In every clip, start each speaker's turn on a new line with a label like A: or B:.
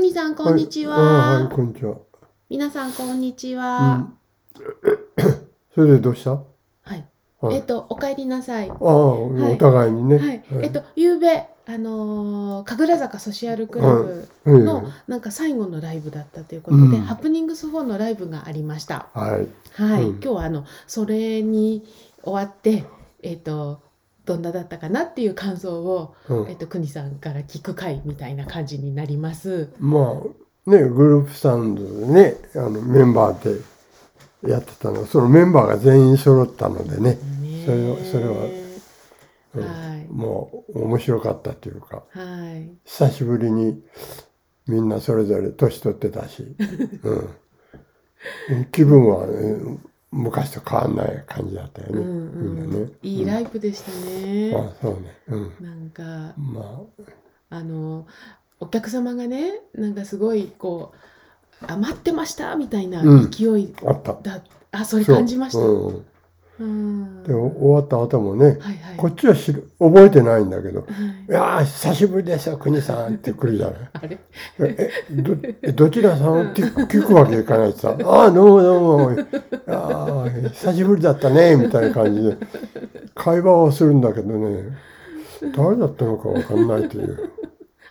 A: みさん、こんにち
B: ああ、
A: は。
B: はい、こんにちは。
A: 皆さん、こんにち
B: う
A: は。
B: ん、それでどうしたあ
A: はい。
B: はい
A: えっと、お帰りなさい。は
B: あ、お互いにね。
A: い。えっと、ゆうべ、あのー神楽坂ソシアルクラブ
B: うん、
A: の、なんか最後のライブだったということで、
B: うん
A: ハプニングス4のライブがありました。
B: はい。
A: はい。
B: うん
A: 今日は、あの、それに終わって、えっと、どんなだったかなっていう感想を、
B: うん
A: えっと、くにさんから聞く会みたいな感じになります。
B: まあ、ね、グループスタンドでね、あのメンバーでやってたの、そのメンバーが全員揃ったのでね、
A: ねえ
B: それをそれはうん
A: はい。
B: もう面白かったというか、
A: はい。
B: 久しぶりにみんなそれぞれ年取ってた し、うん、気分は、ね、昔と変わんない感じだったよね、
A: うん
B: みん
A: う
B: なね
A: ん。いいライブでした
B: うん
A: ね。
B: あそうね、うん、
A: なんか
B: ま
A: あのお客様がねなんかすごいこうあ待ってましたみたいな
B: うん
A: 勢い
B: ああった
A: だ、あそれ感じました。
B: そううん
A: うん
B: でお終わった後もね、
A: はいはい。
B: こっちは知る覚えてないんだけど
A: はい
B: 「いやー久しぶりですよ国さん」って来るじゃない。
A: あれ
B: えどえどちらさんって聞くわけいかない ってさ「ああどうもどうもああ久しぶりだったね」みたいな感じで会話をするんだけどね誰だったのかわかんないという。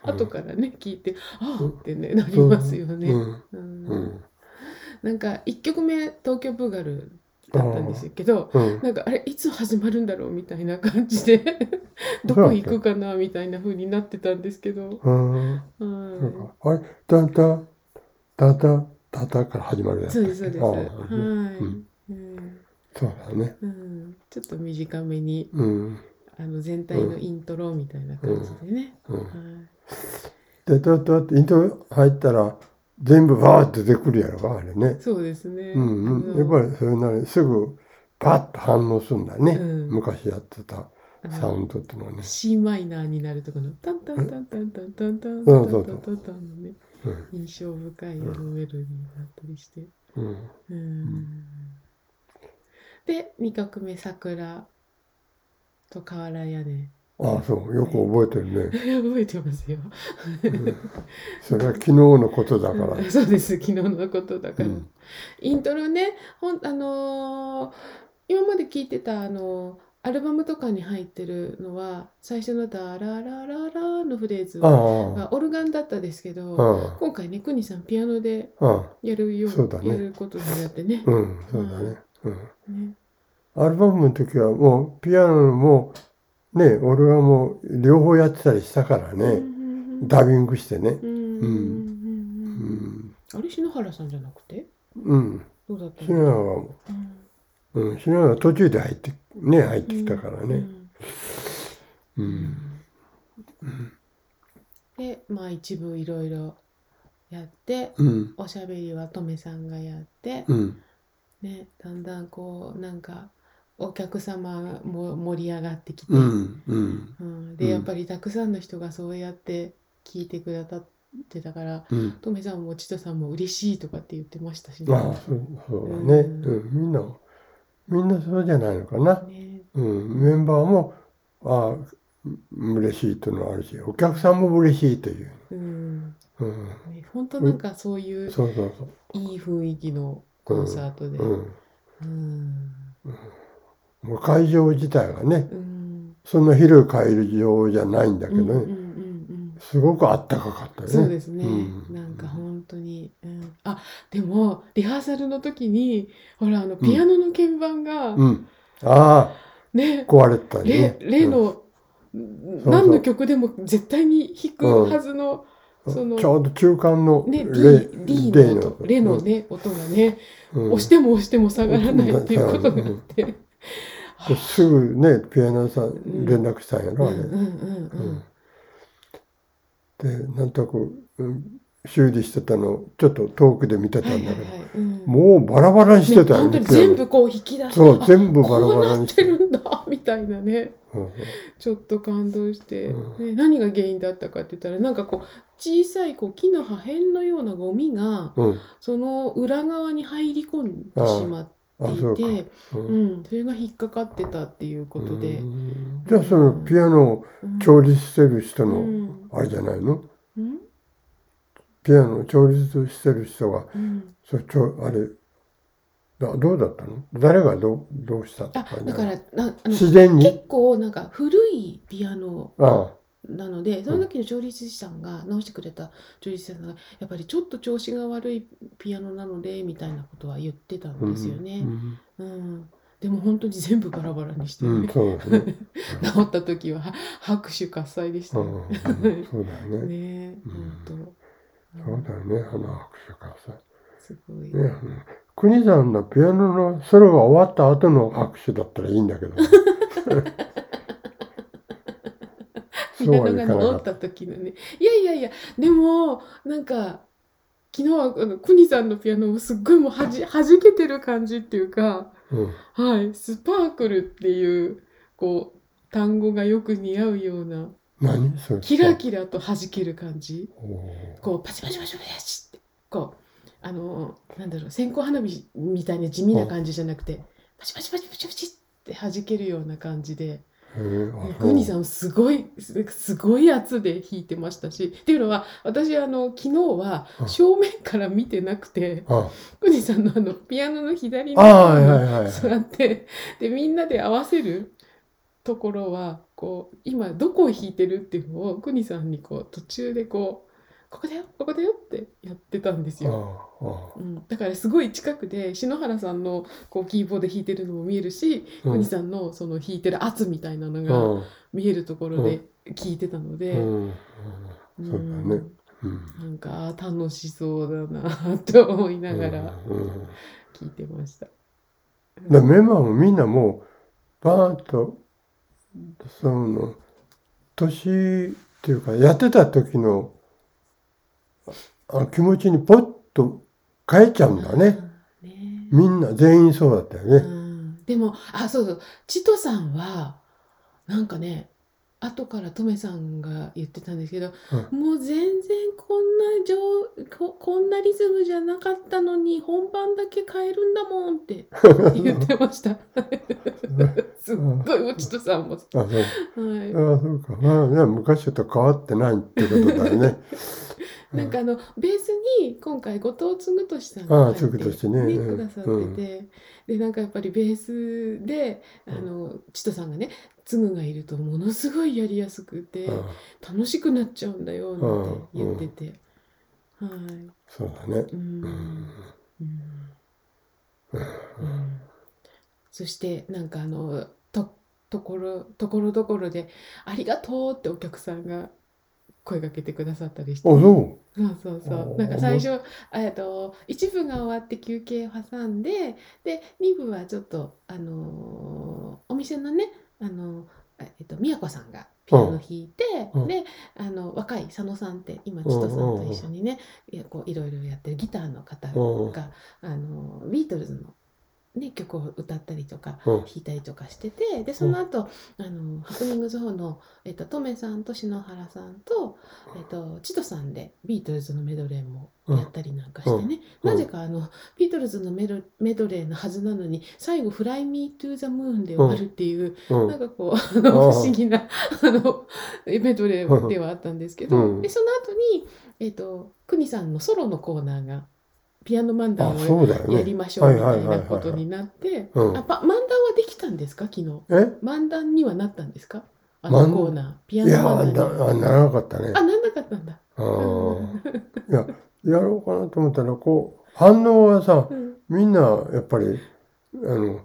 A: 後からね聞いてあ
B: う
A: あ
B: ん
A: ってねなりますよね。
B: うん
A: うん
B: うん
A: なんか一曲目東京ブーガルだったんですけど。
B: うん
A: なんかあれいつ始まるんだろうみたいな感じでどこ行くかなみたいな風になってたんですけど、
B: うんそう
A: は
B: かあれ「だんだんだんだんだんだん」から始まる
A: い、
B: や
A: そ
B: つ
A: うですそうです。
B: ああ
A: はい、
B: ん
A: うん
B: そうだね
A: うんちょっと短めに
B: うん
A: あの全体のイントロみたいな感じでね。
B: うん
A: はい
B: でだだってイントロ入ったら全部バーって出てくるやろあれね
A: そうですね。
B: うん
A: あ
B: う
A: の
B: ん、やっぱりそれなりにすぐパッと反応するんだね、
A: うん
B: 昔やってた
A: あの
B: サウンドっていうのはね、
A: C マイナーになるとこのタンタンタンタンタンタンタンタ
B: そ
A: ン
B: う
A: タ
B: そ
A: ン
B: う
A: タ
B: そう
A: ンタンタンのね
B: うん
A: 印象深いあのメロディーだったりして。
B: うん、
A: うんで2曲目「桜」と「瓦屋根
B: ああそうよく覚えてる」ね、
A: 覚えてますよ。
B: うんそれは昨日のことだから、
A: うんそうです昨日のことだから、
B: うん
A: イントロねほんあのー今まで聞いてたあのーアルバムとかに入ってるのは最初の「ダララララ」のフレーズが
B: あ
A: オルガンだったですけ
B: ああ
A: ど
B: あ
A: 今回ねくにさんピアノで
B: あああ
A: やるよ
B: そうだね
A: やることになってね,、
B: うんそうだね、うん、
A: ね
B: アルバムの時はもうピアノもね俺はもう両方やってたりしたから
A: うん
B: ね、ダビングしてね
A: うんうんうんうんう
B: う
A: ん
B: ん、
A: あれ篠原さんじゃなくて
B: うん、
A: どうだった
B: シナ
A: の、
B: は、うん、シナは途中で入ってね入ってきたから
A: う
B: ね、
A: ん
B: うん
A: でまあ一部いろいろやって
B: うん
A: おしゃべりはとめさんがやって、
B: うん
A: ね、だんだんこうなんかお客様も盛り上がってきて、
B: うんうん
A: うんで
B: うん
A: やっぱりたくさんの人がそうやって聞いてくださってたから
B: うん
A: とめさんもちとさんも嬉しいとかって言ってましたしね。
B: まあそうそうだね、
A: うん
B: うん、みんなみんなそうじゃないのかな、
A: ね
B: うん、メンバーもああう嬉しいというのはあるしお客さんも嬉しいという、
A: うん
B: うん、
A: ね本当なんかそういう
B: そうそうそう
A: いい雰囲気のコンサートで。
B: うん、
A: うん
B: もう会場自体がね
A: うん
B: そんな広い会場じゃないんだけど、ね
A: うんうんうん
B: すごくあったかかっ
A: う
B: た
A: ん
B: ね
A: そうですね、
B: うん
A: なんか本当に、うん、あでもリハーサルの時にほらあのピアノの鍵盤が、
B: うんあ
A: ね
B: あ壊れてた
A: 例
B: ね
A: 例の、
B: そう
A: 何の曲でも絶対に弾くはずの、
B: うん
A: その
B: ちょうど中間の
A: ね、
B: レ
A: D, D
B: レ
A: の音レのね、音がね、
B: うん
A: 押しても押しても下がらないっていうことがあって、
B: ですぐねピアノさん
A: ん
B: 連絡したんや
A: うん
B: ろ、
A: う
B: あれ
A: んうんうん
B: でなんとなく、うん修理してたのをちょっと遠くで見てた
A: はい
B: ん
A: は
B: だ
A: い
B: けど、
A: はいうん
B: もうバラバラにして
A: ね
B: たよ
A: 本当
B: ね
A: に全部こう引き出して
B: そう
A: あ
B: 全部バラ
A: こ
B: バ
A: う
B: ラ
A: なっ
B: にしてて
A: るんだみたいなね
B: うん
A: ちょっと感動して、
B: う
A: ね、何が原因だったかって言ったらなんかこう小さいこう木の破片のようなゴミが
B: うん、うん
A: その裏側に入り込んでしまっ
B: あ
A: てい
B: そうか、
A: て
B: うん
A: うん、それが引っかかってたっていうことで、
B: うんじゃあそのピアノを
A: うん
B: 調律してる人
A: う
B: の、
A: ん
B: あれじゃないの
A: うん
B: ピアノを調律してる人が、
A: うん
B: そちょあれだどうだったの誰がどうどうしたと
A: あ
B: かにな
A: だ
B: る
A: からなあの
B: 自然に
A: 結構なんか古いピアノ
B: あ
A: なのでその時の調律師さんが直してくれた調律師さんがやっぱりちょっと調子が悪いピアノなのでみたいなことは言ってた
B: あ
A: んですよね
B: う。ん
A: うん、でも本当に全部バラバラにして、
B: うん、そうで すね。
A: 治った時は拍手喝采でし
B: う
A: た
B: ん
A: ね。
B: うんそうだよね。
A: ねえ、
B: う
A: 本当。
B: そうだよね。あの拍手からさ。
A: すごい。
B: ね、あの国さんのピアノのソロが終わった後の拍手だったらいいんだけどね、
A: ピ
B: そう
A: ア
B: はい
A: ノが
B: かなか
A: 治
B: っ。
A: ったた時のね。いやいやいや、でも、なんか、昨日は、あの、くにさんのピアノもすっごいもうはじ、はじけてる感じっていうか、
B: うん、
A: はい、スパークルっていう、こう、単語がよく似合うような、
B: 何それ。
A: キラキラとはじける感じ。
B: おー
A: こう、パチパチパチパチって、こう、あの、なんだろう、線香花火みたいな地味な感じじゃなくて、パチパチパチパチパチってはじけるような感じで、
B: へーあそう
A: グニさんすごいすすごい圧で弾いてましたしっていうのは私あの昨日は
B: うん
A: 正面から見てなくて
B: あ、
A: グニさんのあのピアノの左の
B: ああ、はいはい
A: に
B: はい。
A: 座ってでみんなで合わせるところはこう今どこを弾いてるっていうのをグニさんにこう途中でこう「ここだよここだよ」ってやってたんです
B: あ
A: よ。
B: あ、あ
A: うん、だからすごい近くで篠原さんのこうキーボード弾いてるのも見えるし、
B: あ。
A: グニさんのその弾いてる圧みたいなの
B: う
A: が。
B: ん。うん
A: 見えるところで聞いてたので、
B: うん。うんそうだね。うん。
A: なんかあー楽しそうだなと思いながら
B: うんうん
A: 聞いてました。
B: でメンバーもみんなもうバーンとその年っていうかやってた時のあの気持ちにポッと変えちゃうんだね
A: あーね
B: みんな全員そうだったよ
A: う
B: ね
A: んでもあそうそうチトさんはなんかね後からトメさんが言ってたんですけど、
B: う
A: もう全然こんな上ここんなリズムじゃなかったのに本番だけ変えるんだもんって言ってました。すっごいチトさんも。
B: あそ
A: は
B: う
A: い、
B: あそうかまあね昔と変わってないってことだよね
A: なんかあのベースに今回後藤嗣俊さん
B: あ
A: が
B: あ
A: 入って
B: 嗣俊ね
A: ね
B: うん
A: くださってて、でなんかやっぱりベースであのチトさんがね嗣がいるとものすごいやりやすくて
B: あ
A: 楽しくなっちゃうんだよなんて言ってて、はい
B: そうだね
A: う
B: うんん
A: うんうんそしてなんかあのとところところどころで「ありがとう」ってお客さんが声かけてくださったりして。
B: あそ
A: そうそうそ
B: お
A: う。
B: ー
A: なんか最初、えっと、一部が終わって休憩を挟んで、で、二部はちょっと、あのーお店のね、あのーえっと、宮子さんがピアノを弾いて、
B: うん
A: で、あの、若い佐野さんって、今、千とさんと一緒にね、いやこういろいろやってるギターの方
B: うん
A: が、あのービートルズの、ね、曲を歌ったりとか、
B: う
A: 弾いたりとかしててでその後、あのハプニングズ4の、えっと、トメさんと篠原さんと、えっと、チトさんでビートルズのメドレーもやったりなんかしてね、
B: うん
A: なぜかあのビートルズのメドメドレーのはずなのに最後「フライ・ミー・トゥ・ザ・ムーン」で終わるっていう、
B: うん
A: なんかこうあの
B: ああ
A: 不思議なあのメドレーではあったんですけど、
B: うん
A: でその後にえっと邦さんのソロのコーナーがピアノ漫談
B: あ
A: をや
B: そうだよ
A: や
B: ね
A: りましょうみ
B: は
A: た
B: い
A: い
B: はいはいはい
A: な
B: はい
A: ことになって、
B: うん
A: あパ漫談はできたんですか昨日
B: え
A: 漫談にはなったんですかあ
B: 漫
A: のコーナーピア
B: い
A: ノ
B: やな
A: 漫談に
B: あならなかったね
A: あなんなかったんだ、
B: ああ。いや、やろうかなと思ったら、こう、反応がさ、
A: うん
B: みんな、やっぱり、あの、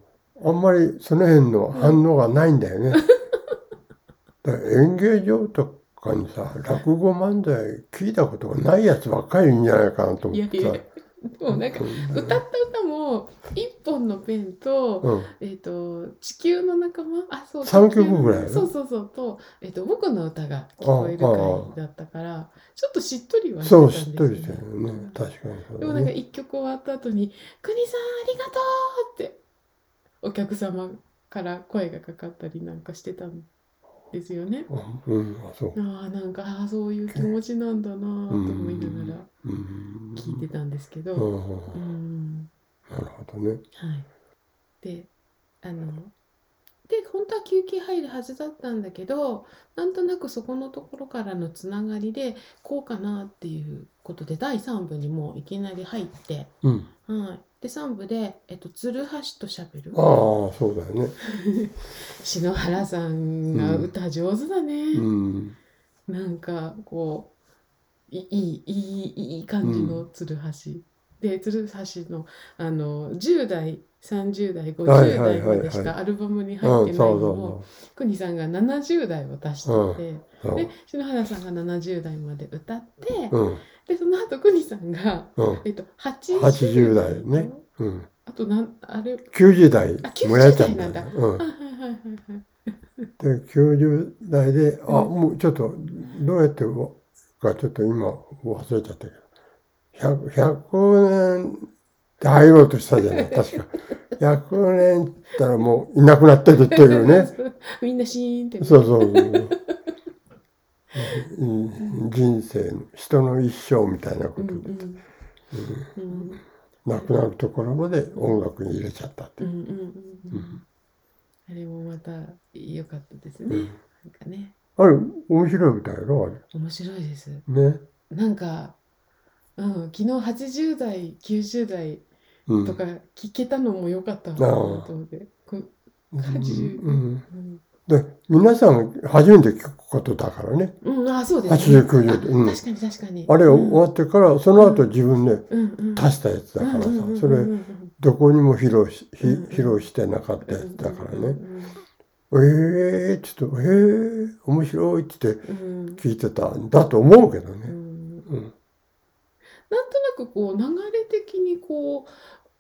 B: あんまりその辺の反応がないんだよ ね。だから演芸場とかにさ、落語漫才聞いたことがないやつばっかりいるんじゃないかなと
A: い
B: 思
A: や
B: っ
A: い
B: て
A: や
B: さ。
A: でもなんか歌った歌も一本のペンと、
B: うん。
A: えっ、と地球の仲間あそう
B: 三曲ぐらい
A: 地球のそうそうそうとえっ、と僕の歌が聞こえる
B: ああ
A: 回だったからちょっとしっとりはしてた
B: そ
A: ん
B: う、
A: です
B: し
A: よね
B: っとりしてるよね。確かにそう
A: でも
B: だ
A: なんか
B: ね。
A: 一曲終わった後に「国さんありがとう!」ってお客様から声がかかったりなんかしてたんですよね。
B: うん、あ、そう。
A: ああなんかあーそういう気持ちなんだなーと思いながら
B: うん。
A: 聞いてたんですけ
B: う
A: ど。
B: ん。
A: うん
B: なるほどね。
A: はい、であので本当は休憩入るはずだったんだけどなんとなくそこのところからのつながりでこうかなっていうことで第3部にもういきなり入って、
B: うん。
A: はい、で3部で、えっと「鶴橋としゃべる
B: あ」あ、そうだよね。
A: 篠原さんが歌上手だね、
B: うん。
A: なんかこういいいいいいいい感じの鶴橋、で鶴橋のあの10代30代
B: はい
A: 50
B: はい
A: 代
B: は
A: ま
B: い
A: でしかアルバムに
B: うん、そ
A: 入っ
B: う
A: てないの
B: そう
A: を邦さんが70代を足してて、
B: そう。そう
A: で篠原さんが70代まで歌って、
B: うん。
A: でその後邦さんが、
B: うん。
A: えっと、80,
B: 80代ねうん。
A: あとなんあれ
B: 90代
A: あ90
B: もらえちゃった
A: 代なん
B: う
A: あ
B: ん
A: はいはいはいはい
B: で90代で、あ、
A: うん
B: もうちょっと、どうやってかちょっと今忘れちゃったけど、100, 100年って入ろうとしたじ ゃない、確か。100年って言ったらもういなくなってるっていうね。
A: みんなシーンってね
B: そうそうそう。うん人生の人の一生みたいなこ
A: う
B: と
A: ん
B: で、
A: うんうん
B: 亡くなるところまで音楽に入れちゃったって
A: う
B: い
A: ん
B: う。
A: うんうんう
B: うんん
A: あれもまた良かったです
B: う
A: ね。
B: ん
A: なんかね、
B: あれ、面白い歌やろ、
A: 面白いです。
B: あれ。ね。
A: なんか、うん、昨日80代、90代
B: うん
A: とか聞けたのも良かったな
B: あ
A: と
B: あ
A: 思って。こう80
B: うん、
A: うん、
B: で皆さん初めて聞くことだからね
A: うん、あ、そうですね。
B: 80、90で、うん、
A: 確かに確かに。
B: あれ
A: うん
B: 終わってからその後自分で
A: うんうん、
B: 足したやつだからさ
A: うんうんうんうんうん
B: それどこにも披露しひ披露してなかったやつだから
A: う
B: ね
A: ん
B: 「ええー」ちょっと「ええー、面白い」って
A: うんうん
B: 聞いてたんだと思うけど
A: う
B: ね、
A: ん
B: うん、
A: なんとなくこう流れ的にこ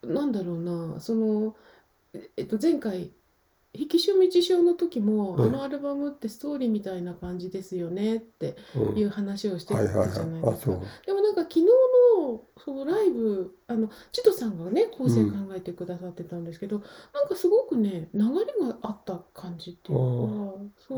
A: うなんだろうなそのええっと前回「引き締め地症」の時も、
B: うん
A: あのアルバムってストーリーみたいな感じですよねって
B: うん
A: いう話をして
B: はいはいは
A: た
B: い
A: じゃない
B: あ
A: です
B: そ
A: か。
B: う
A: でもなんか昨日のそのライブあの千とさんがね構成考えてくださってたんですけど、なんかすごくね流れがあった感じっていうかそう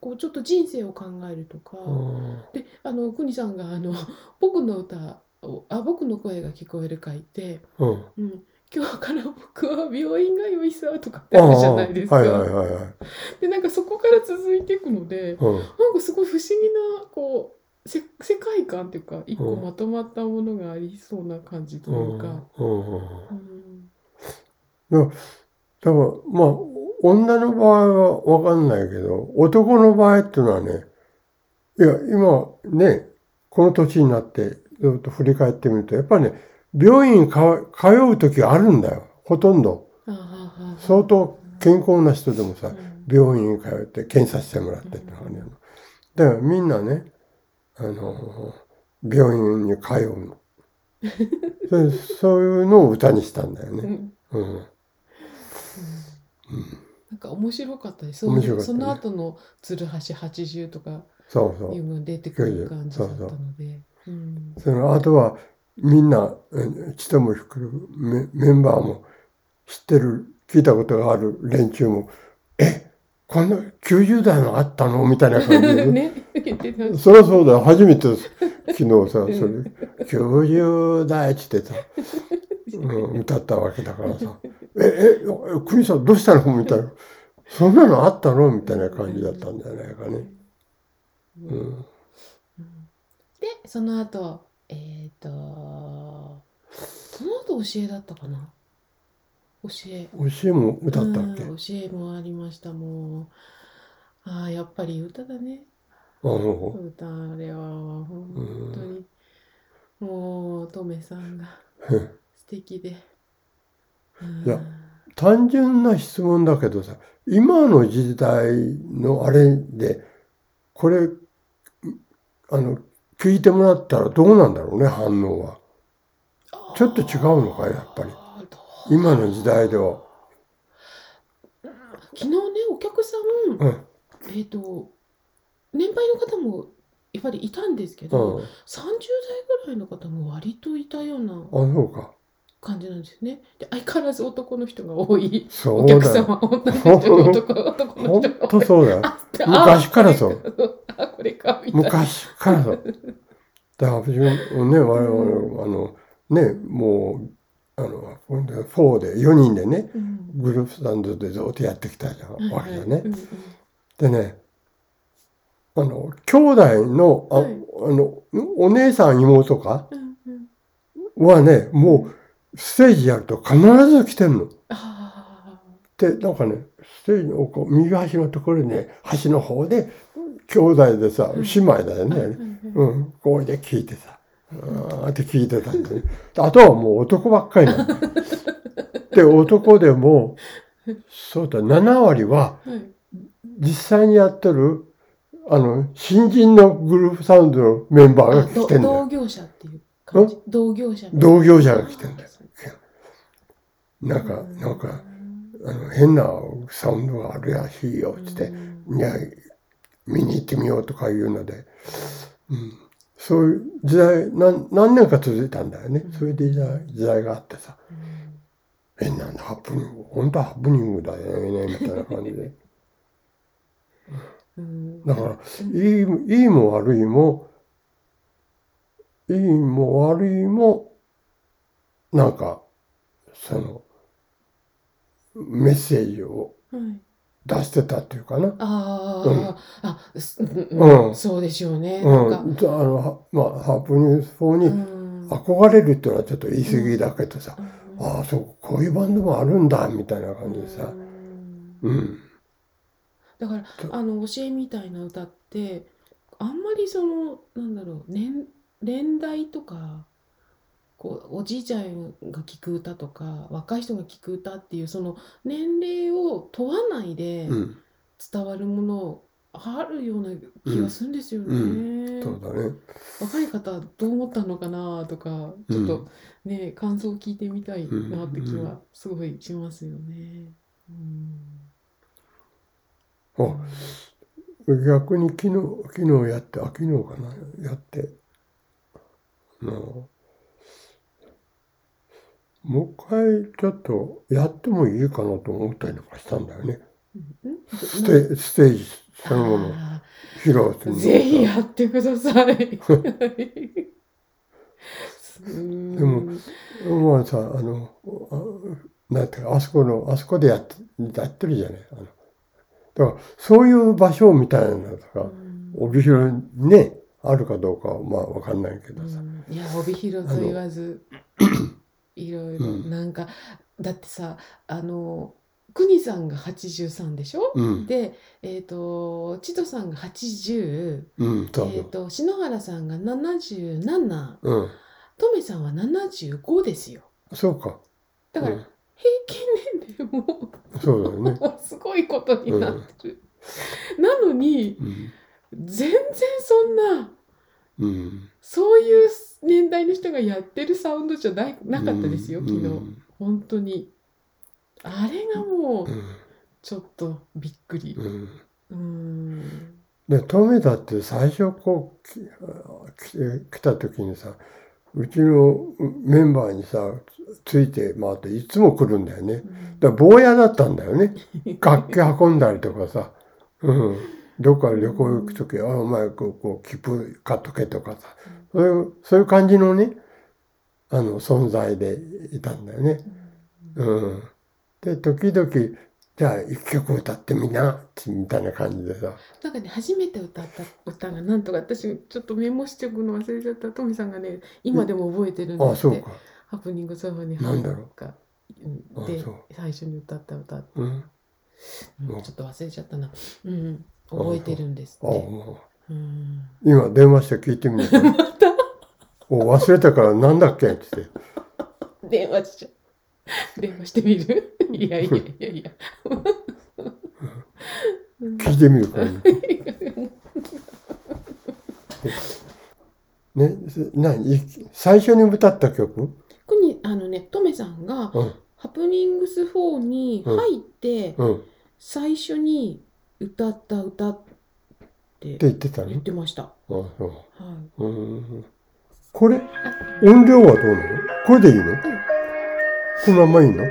A: こうちょっと人生を考えるとか。
B: うん
A: で、あの、くにさんが、あの、 僕の歌を、あ、僕の声が聞こえる会って、
B: うん
A: うん、今日から僕は病院が酔いさとかって
B: あ
A: あるじ
B: あ
A: ゃ
B: は
A: ないいです
B: はい
A: か。
B: はいはい
A: で、なんかそこから続いていくので、
B: うん
A: なんかすごい不思議な、こう、せ世界観っていうか、一個まとまったものがありそうな感じというか。
B: うんうん
A: うん、
B: だからまあ女の場合は分かんないけど男の場合っていうのはねいや今ねこの年になってずっと振り返ってみるとやっぱりね病院にか通う時あるんだよほとんど
A: ああああ
B: 相当健康な人でも
A: う
B: さ
A: ん
B: 病院に通って検査してもらってってのがあるのだからみんなねあの病院に通うのそれそういうのを歌にしたんだよ
A: うん
B: ね。うん
A: なんか面白かったです。そ
B: 面白か
A: の
B: った
A: そ
B: ね
A: の後の鶴橋80とか
B: そうそう
A: いう。のが出てくる感じだったので。うん
B: そのあとはみんなえちとも含むメメンバーも知ってる聞いたことがある連中も「えこんな90代のあったの?」みたいな感じ で、
A: ね、言ってた。
B: そりゃそうだよ初めて です昨日さそれ90代っつってさ、うん、歌ったわけだからさ「えええ国さんどうしたの?」みたいな「そんなのあったの?」みたいな感じだったんじゃないかね。
A: う
B: うんん、
A: で、その後、えっ、と、その後教えだったかな。教え。
B: 教えも歌ったっけ、
A: うん教えもありました、もう。ああ、やっぱり歌だね。
B: うん
A: 歌あれは、本当に。もう、とめさんが
B: うん
A: 素敵で。うん
B: いや単純な質問だけどさ今の時代のあれでこれあの聞いてもらったらどうなんだろうね反応はちょっと違うのかやっぱり
A: あーどう
B: 今の時代では、
A: 昨日ねお客さん、
B: うん
A: えっ、と年配の方もやっぱりいたんですけ
B: う
A: ど、
B: ん、あ
A: 30代ぐらいの方も割といたような
B: そうか
A: 感じなんですよねで相変わらず男の人が多い
B: そ
A: お
B: う
A: 客
B: だよ
A: 様女の人より 男男
B: ほ
A: の
B: ん
A: 人が
B: と
A: 多い
B: そうだよ
A: あって
B: 昔からそう
A: あこれかみたいな
B: 昔からそうだから私もね我々あのねもうあの、ほんで4で、4人でね、
A: うん
B: グループスタンドでずっとやってきたじゃん
A: はい
B: わけだ
A: はい
B: ね
A: う。んうん
B: でね、あの、兄弟の、あ,、
A: はい
B: あの、お姉さん、妹か
A: うんうん
B: はね、もう、ステージやると必ず来てんの。
A: あ
B: で、なんかね、ステージのこう右端のところにね、端の方で、兄弟でさ、
A: うん
B: 姉妹だ
A: ー
B: よね。
A: うん
B: うん、こうで聞いてさ、あーって聞いてたんだね。あとはもう男ばっかりな んだよ。で、男でも、そうだ、7割は、
A: はい
B: 実際にやってる、あの、新人のグループサウンドのメンバー
A: あ
B: が来
A: ど
B: てんだよ
A: 同。業者っていう感じ同業者
B: 同業者が来てんだよ。なんか、
A: う
B: なんか、あの、変なサウンドがあるらしいよ、つって
A: う。ん
B: いや、見に行ってみようとか言うので、うん、そういう時代何、何年か続いたんだよね
A: うん。
B: そういう時代時代があってさ、
A: うん
B: え、なんだ、ハプニング、本当はハプニングだよね、みたいな感じで。
A: うん
B: だから、いいも、いいも悪いも、いいも悪いも、なんか、その、メッセージを
A: はい
B: 出してたっていうかな。
A: あ
B: うん
A: ーあすうん
B: うん
A: そうでしょうね
B: う
A: なん
B: ん。あ
A: か
B: の、はまあ、ハプニング4に、
A: うん
B: 憧れるっていうのはちょっと言い過ぎだけどさ、
A: うん
B: ああそうこういうバンドもあるんだみたいな感じでさ
A: う、ん
B: うん、
A: だから
B: と
A: あの教えみたいな歌ってあんまりそのなんだろう年年代とかこうおじいちゃんが聴く歌とか若い人が聴く歌っていうその年齢を問わないで
B: うん、
A: 伝わるものあるような気がするんですよね。
B: そうだね。
A: 若い方どう思ったのかなとかちょっとね、感想を聞いてみたいなって気はすごいしますよね。うん
B: あ逆に昨日昨日やってあ昨日かなやって、あのもう一回ちょっとやってもいいかなと思ったりとかしたんだよね。
A: うん
B: ステステージそのもの
A: あ
B: 披露す
A: ー
B: るのさ
A: ぜひやってください。 で
B: ももうさ、あの、あなんていうか、あそこの、あそこでやってやってるじゃない。あのだから、そういう場所みたいなのとか、帯広にね、あるかどうかは、まあ、わかんないけどさ。
A: いや帯広と言わずいろいろ
B: うん
A: なんかだってさあの邦さんが83でしょ、
B: うん、
A: で、えー、と千戸さんが80、
B: うん、
A: え
B: そう
A: ー、
B: そ
A: と篠原さんが77
B: う。うん、
A: トメさんは75ですよ
B: そうか。
A: だから
B: うん
A: 平均年齢も
B: そうだよね。
A: もう すごいことになってる、なのに
B: うん、
A: 全然そんな
B: うん。
A: そういう年代の人がやってるサウンドじゃないなかったですよ
B: うん
A: 昨日、
B: うん
A: 本当にあれがも
B: う
A: うんちょっとびっくり
B: うん
A: うーん
B: で、富田って最初こうき来来た時にさ、うちのメンバーにさ、ついて回っていつも来るんだよね。だから坊やだったんだ よね。楽器運んだりとかさ、うん。どっか旅行行くとき、あ、お前、こう、こう、切符買っとけとかさ、そういう、そういう感じのね、あの、存在でいたんだよね。うん。で、時々、じゃあ一曲歌ってみな、みたいな感じでさ、
A: なんかね初めて歌った歌がなんとか私ちょっとメモしておくの忘れちゃったトミさんがね今でも覚えてるんだって
B: あ、そうか。
A: ハプニングサーファーに
B: なんだろう
A: が
B: あ
A: で
B: そう
A: 最初に歌った歌ち
B: うん。
A: ょっと忘れちゃったなうん覚えてるんです
B: あ、
A: って
B: も
A: うん
B: う、今電話して聞いてみる。 お、忘れたからなんだっけって言って。
A: 電話しちゃう電話してみるいやいやいやいやうん
B: 聞いてみるからね。ね、す何い最初に歌った曲
A: 特にあのねトメさんが
B: うん、
A: ハプニングス4に入って
B: うん。って
A: 最初に歌った歌って
B: 言ってたの
A: 言ってました。
B: あ、そ
A: は
B: う。うん。これ、音量はどうなのこれでいいのこのまんまいいの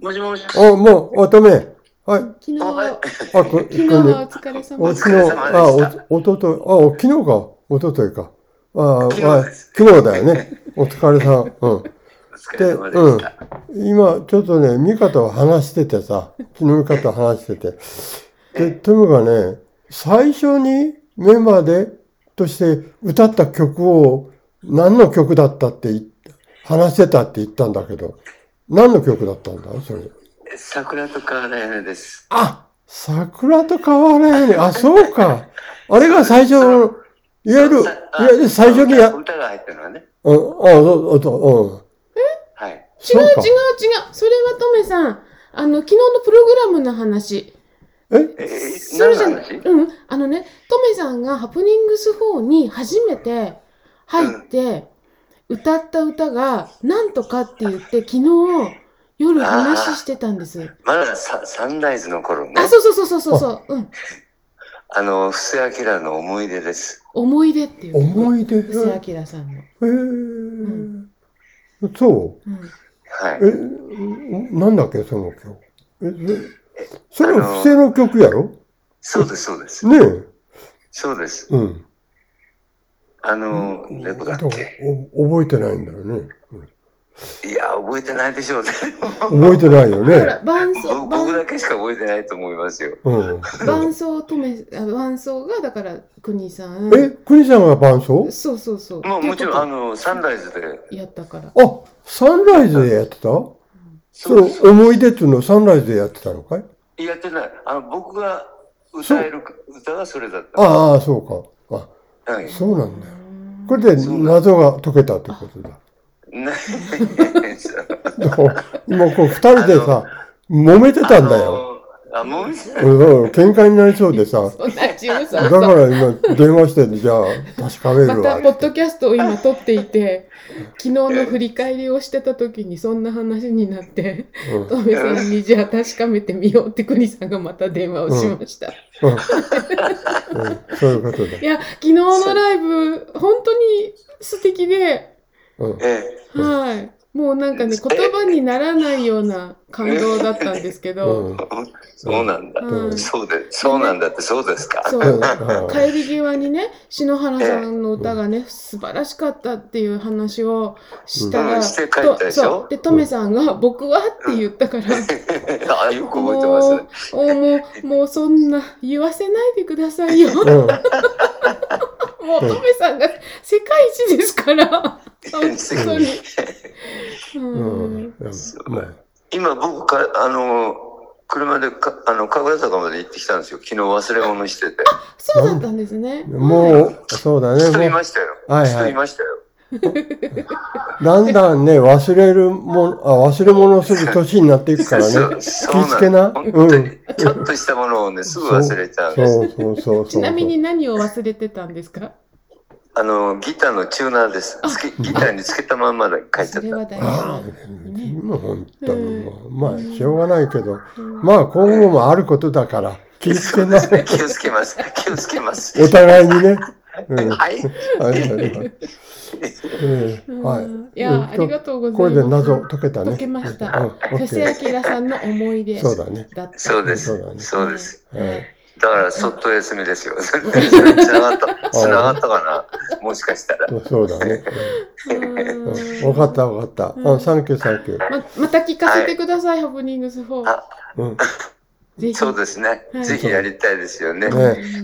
C: もしもし。
B: あ、もう、乙女。は
A: い、
B: い。
A: 昨日
C: あはい
A: は
B: あ、こ、こ
A: 昨日
B: れ
A: は
B: ね。
A: お疲れ様
B: お
A: です。
C: 疲
B: 昨
C: れ様で
B: 日、
C: した
B: あ、お、おととい、あ、お昨日か。おとといか。ああ、
C: 昨日
B: まあ
C: です
B: 昨日だよね。お疲れさん。うん。
C: お疲れ様でした。
B: 今、ちょっとね、ミカと話しててさ、昨日ミカと話してて。で、トムがね、最初にメンバーで、として歌った曲を、何の曲だったって言っ話してたって言ったんだけど、何の曲だったんだそれ。
C: 桜とかだよねです。
B: あ桜と変わらない。あ、そうか。あれが最初の、いわゆる、いわ
C: さあ
B: ゆる最初にや、うん、あ、
C: 歌が入ってるのはね。
B: そう、そう、うん。
C: はい。
A: 違う違う違
B: そうか。
A: それはトメさんあの昨日のプログラムの話
B: え
C: えー、
A: それ
C: 何
A: じゃ
C: の
A: な
C: 話
A: うんあのねトメさんがハプニングス4に初めて入って歌った歌が「なんとか」って言って昨日夜話してたんです
C: まだササンライズの頃ね。
A: あそうそうそうそうそうそううん
C: あの、布施明の思い出です。
A: 思い出っていう
B: 思
A: い
B: い出。
A: 布施明さんの、
B: え
A: ん
B: えそう
A: うん、
C: はい。
B: え、んなんだっけ、その曲。え、そそれは不正の曲やろ
C: そうです、そうです。
B: ねえ。
C: そうです。
B: うん。
C: あの、猫だっけ
B: お覚えてないんだよね。うん
C: いや、覚えてないでしょうね。
B: 覚えてないよ
A: ほ
B: ね。
A: ら伴奏
C: 僕僕
A: 伴
C: だけしか覚えてないと思いますよ。
B: うん。
A: 伴奏トメあ伴奏がだから国さん
B: え、国さんが伴奏
A: そうそうそう
C: まあもちろん、あ
A: ってこ
C: の、サンライズで。
A: とやったから
B: あ、サンライズでやってたそ
C: そう
B: の
C: そう
B: 思い出っていうのをサンライズでやってたのかい
C: やってない。あの、僕が歌える歌がそれだった。
B: ああ、そうか。
C: はい
B: あ、。そうなんだよ。
A: よ
B: これで謎が解けたってことだ。
C: な
B: そう今こう二人でさ、揉めてたんだよ。。
C: あのあ、もう一
B: うんうん喧嘩になりそうで さ。
A: そんな自由
B: だ
A: さ
B: か
A: そ
B: ら今電話して、じゃあ確かめ
A: うま
B: る
A: たポ
B: わっ
A: ッド
B: て。
A: キャストを今撮っていて 昨日の振り返りをしてた時にそんな話にな って
B: うん
A: トメさんにじゃあ確かめてみようって国さんがまた電話をしま した、
B: うんうんそういうことだ
A: い。や昨日のライブ本当に素敵で
B: うん
C: え
B: うん
A: はい。もうなんかね、言葉にならないような感動だったんですけ
B: う
A: ど、
B: ん、
C: え、そうなんだ。
A: うん
C: そうで、そうなんだって、そうですか。
A: そううん
B: あ
A: 帰り際にね、篠原さんの歌がね、素晴らしかったっていう話をした
C: う
A: ら、
C: んして帰った
A: と
C: でしょ
A: そう、で、トメさんが、僕はって言ったから、
C: あ、よく覚えて
A: も
C: ますね。
A: う、おもう、もうそんな言わせないでください よ。もう
B: うん
A: トメさんが世界一ですから、本当 に。
B: うん
A: うん
B: うん
C: そう
B: まあ
C: 今、僕か、あの、車でか、あの、神楽坂まで行ってきたんですよ。昨日忘れ物してて。
A: そうだったんですね。
B: もう、そうだ
C: 人
B: ね。
C: い
B: も
C: ましたよ。
B: はいはい
C: 人いましたよ。
B: うだんだんね、忘れるもん、あ、忘れ物する年になっていくからね。
C: そうそう
B: 気ぃつけな
C: 本当に
B: う、
C: ちょっとしたものをね、すぐ忘れちゃうんです。
B: そうそうそうそう。
A: ちなみに何を忘れてたんですか
C: あの、ギターのチューナーです。つけギターにつけたまんまで書いち
A: そ
C: ゃっ
A: れ
C: た。
A: は大
B: あ
A: 事
B: あ、
A: ね
B: もう本当にもう、
A: う
B: まあ、しょうがないけど、
A: うん
B: まあ、今後もあることだから、気ぃつけな
C: そうで
B: い。
C: すね気をつけます。気をつけます。
B: お互いにね。うん。は
C: はい。
B: いはいはい。うんは
A: うん
B: い。
A: いや、あり
B: と
A: がとうございます。
B: これで謎解けたね。
A: 解けました
B: うんオッ
A: 布
B: ケー
A: 施明さんの思い出
B: そうだね
A: だった
C: そうで
B: そうだね
C: す。そうです。
B: はい
C: だから、そっと休み ですよ。それそれ繋がった、繋がったかな。もしかしたら。
B: そうそうだね。
A: うん
B: うんわかったわかった。
A: う
B: あ、
A: ん
B: サンキューサンキュー。
A: ままた聞かせてください、ハプニングス4
C: あ。
B: うん。
A: ぜひ。
C: そうですね
A: は。い
C: ぜひやりたいですよね。
B: ね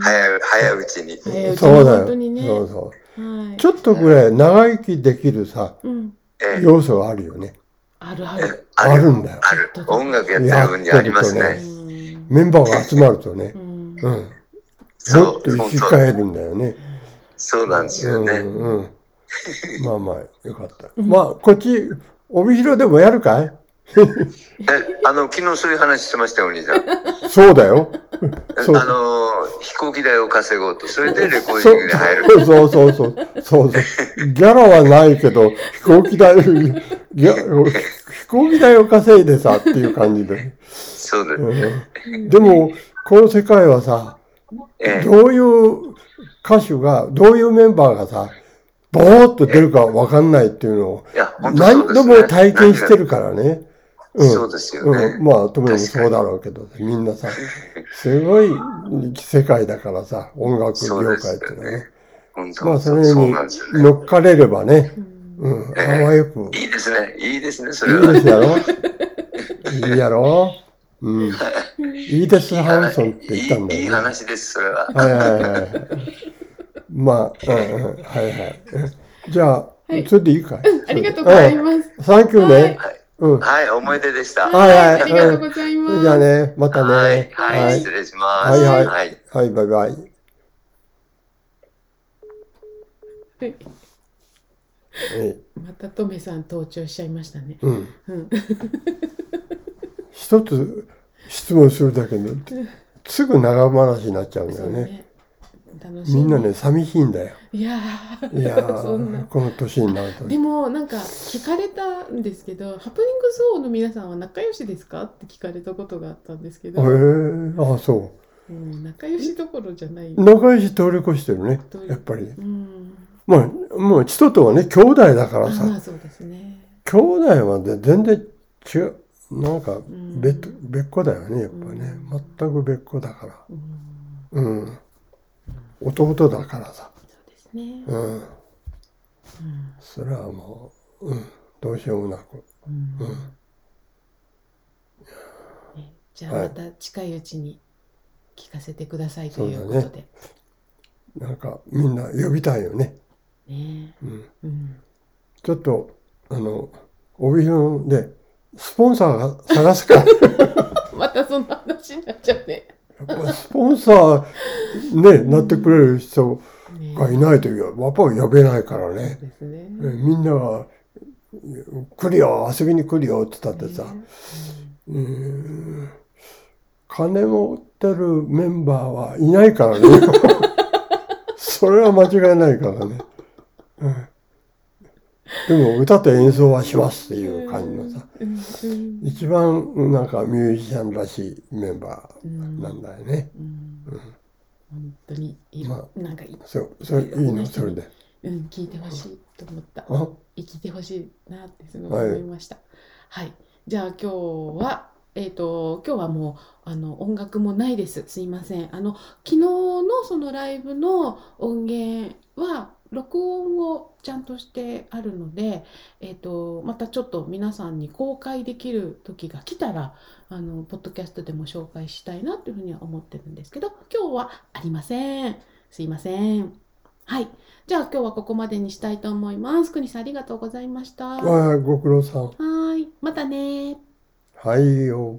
C: 早い、早いうちに。
A: 早いうちに
B: そうだ
A: 本
B: よ。
A: 当にね。
B: そうそ
A: は
B: う。
A: い。
B: ちょっとぐらい長生きできるさ、
A: うん。
C: え
B: 要素があるよね。
A: あるあ
C: え
A: る。
B: あるんだよ。
C: ある。音楽やってる分にあります
B: やって
A: う
B: る
C: ね。
A: ん
B: メンバーが集まるとね
A: う、ん
B: うん。も
C: そ
B: っ
C: う、
B: と生
C: 本
B: き
C: 当。
B: 返るんだよね。
C: そうなんですよね。
B: うんうん、まあまあ、よかった。
A: うん
B: まあ、こっち、帯広でもやるかい
C: え、あの、昨日そういう話してましたよ、お兄さん。
B: そうだ よ。 そう
C: あのー飛行機代を稼ごうと、それでレコーディングに入る。
B: そうそうそうそうそうそう。ギャラはないけど、飛行機代、ギャ飛行機代を稼いでさっていう感じで。
C: そうです。
B: うん、でも、この世界はさ、
C: ええ
B: どういう歌手が、どういうメンバーがさ、ボーっと出るかわかんないっていうのを、
C: いや、本当そう
B: 何
C: です、ね。
B: 度も体験してるからね。うん
C: 何がそうですよね。
B: うん、まあ、ともにもそうだろうけど、みんなさ、すごい世界だからさ、音楽業界っていうのはね。
C: 本当、
B: まあそれに
C: そうなんですよね。
B: 乗っかれればね、
A: うん
B: うん、あわよく。
C: いいですね。いいですね、それ
B: いい
C: は。
B: ですや ろいいやろうん。いいです、ハンソンって言ったんだ
C: いいいい
B: よね。
C: 話です、それは。
B: はいはいはいはい。まあ、うんうん、はいはい。じゃあ、
A: はい
B: それでいいかい
A: ありがとうござい
B: す。
A: ます。
B: うんサンキューね。うん。
C: はい、思い出でした。
B: はいはい
A: ありがとうございます。
B: じゃあね、また
C: はい
B: ね、。
C: はい、失礼しま
B: は
C: す。
B: いはい
C: はい
B: はい、バイバ
A: は
B: イ。
A: い
B: え
A: またトメさん登場しちゃいましたね。
B: うん。
A: うん。
B: 一つ質問するだけですぐ長話になっちゃうんだ
A: そ
B: よ
A: う
B: ね。
A: ね。楽しい。
B: みんなね、。寂しいんだよ。
A: いやー
B: いや
A: そんな
B: ー、。この年になると。
A: でもなんか聞かれたんですけど、ハプニングゾーンの皆さんは仲良しですかって聞かれたことがあったんですけ
B: え
A: ど、
B: ー、あそ
A: うん、仲良しどころじゃない。
B: う。仲良し通り越してるね、やっぱり。
A: うん。
B: まあ、もう、人とはね、兄弟だか
A: あ
B: ら
A: ま
B: さ、
A: あそうですね。
B: 兄弟はね、全然違う。なんか
A: ん
B: 別、別個だよね、やっぱね
A: う。
B: 全く別個だから。
A: うん。
B: うん。弟だからさ。
A: そうですね。
B: うん。
A: うん。
B: それはもう、うん、どうしようもなく。
A: うん
B: うん
A: ねじゃあ
B: はい
A: また近いうちに聞かせてくださいということ
B: そうだ
A: で。
B: なんかみんな呼びたいよね。
A: ね
B: うん、
A: うん。
B: ちょっとあの帯広でスポンサーが探すから
A: またそんな話になっちゃうね。
B: やっぱスポンサーねなってくれる人
A: ね
B: がいないというやっぱ呼べないから
A: そう
B: ね。
A: ですね。
B: ねみんなが来るよ遊びに来るよって言ったってさ、
A: ね
B: うーん金持ってるメンバーはいないから ね。それは間違いないからね。うんでも歌と演奏はしますっていう感じのさ、
A: うんうん
B: 一番なんかミュージシャンらしいメンバ
A: う
B: ー
A: ん
B: なんだよね。
A: うん本当にいい、
B: ま
A: なんかいい、
B: そう、それいいの、それで。
A: うん、聞いてほしいと思った。
B: あ
A: 生きてほしいなってすごく思いました。はい、じゃあ今日はえっ、と今日はもうあの音楽もないです。すいません。あの昨日のそのライブの音源は録音をちゃんとしてあるので、えっ、とまたちょっと皆さんに公開できる時が来たらあのポッドキャストでも紹介したいなというふうには思ってるんですけど、今日はありません。すいません。はい。じゃあ今日はここまでにしたいと思います。くにさんありがとうございました。は
B: ああ、ご苦労さん。
A: ーい。またねー。
B: はいよ。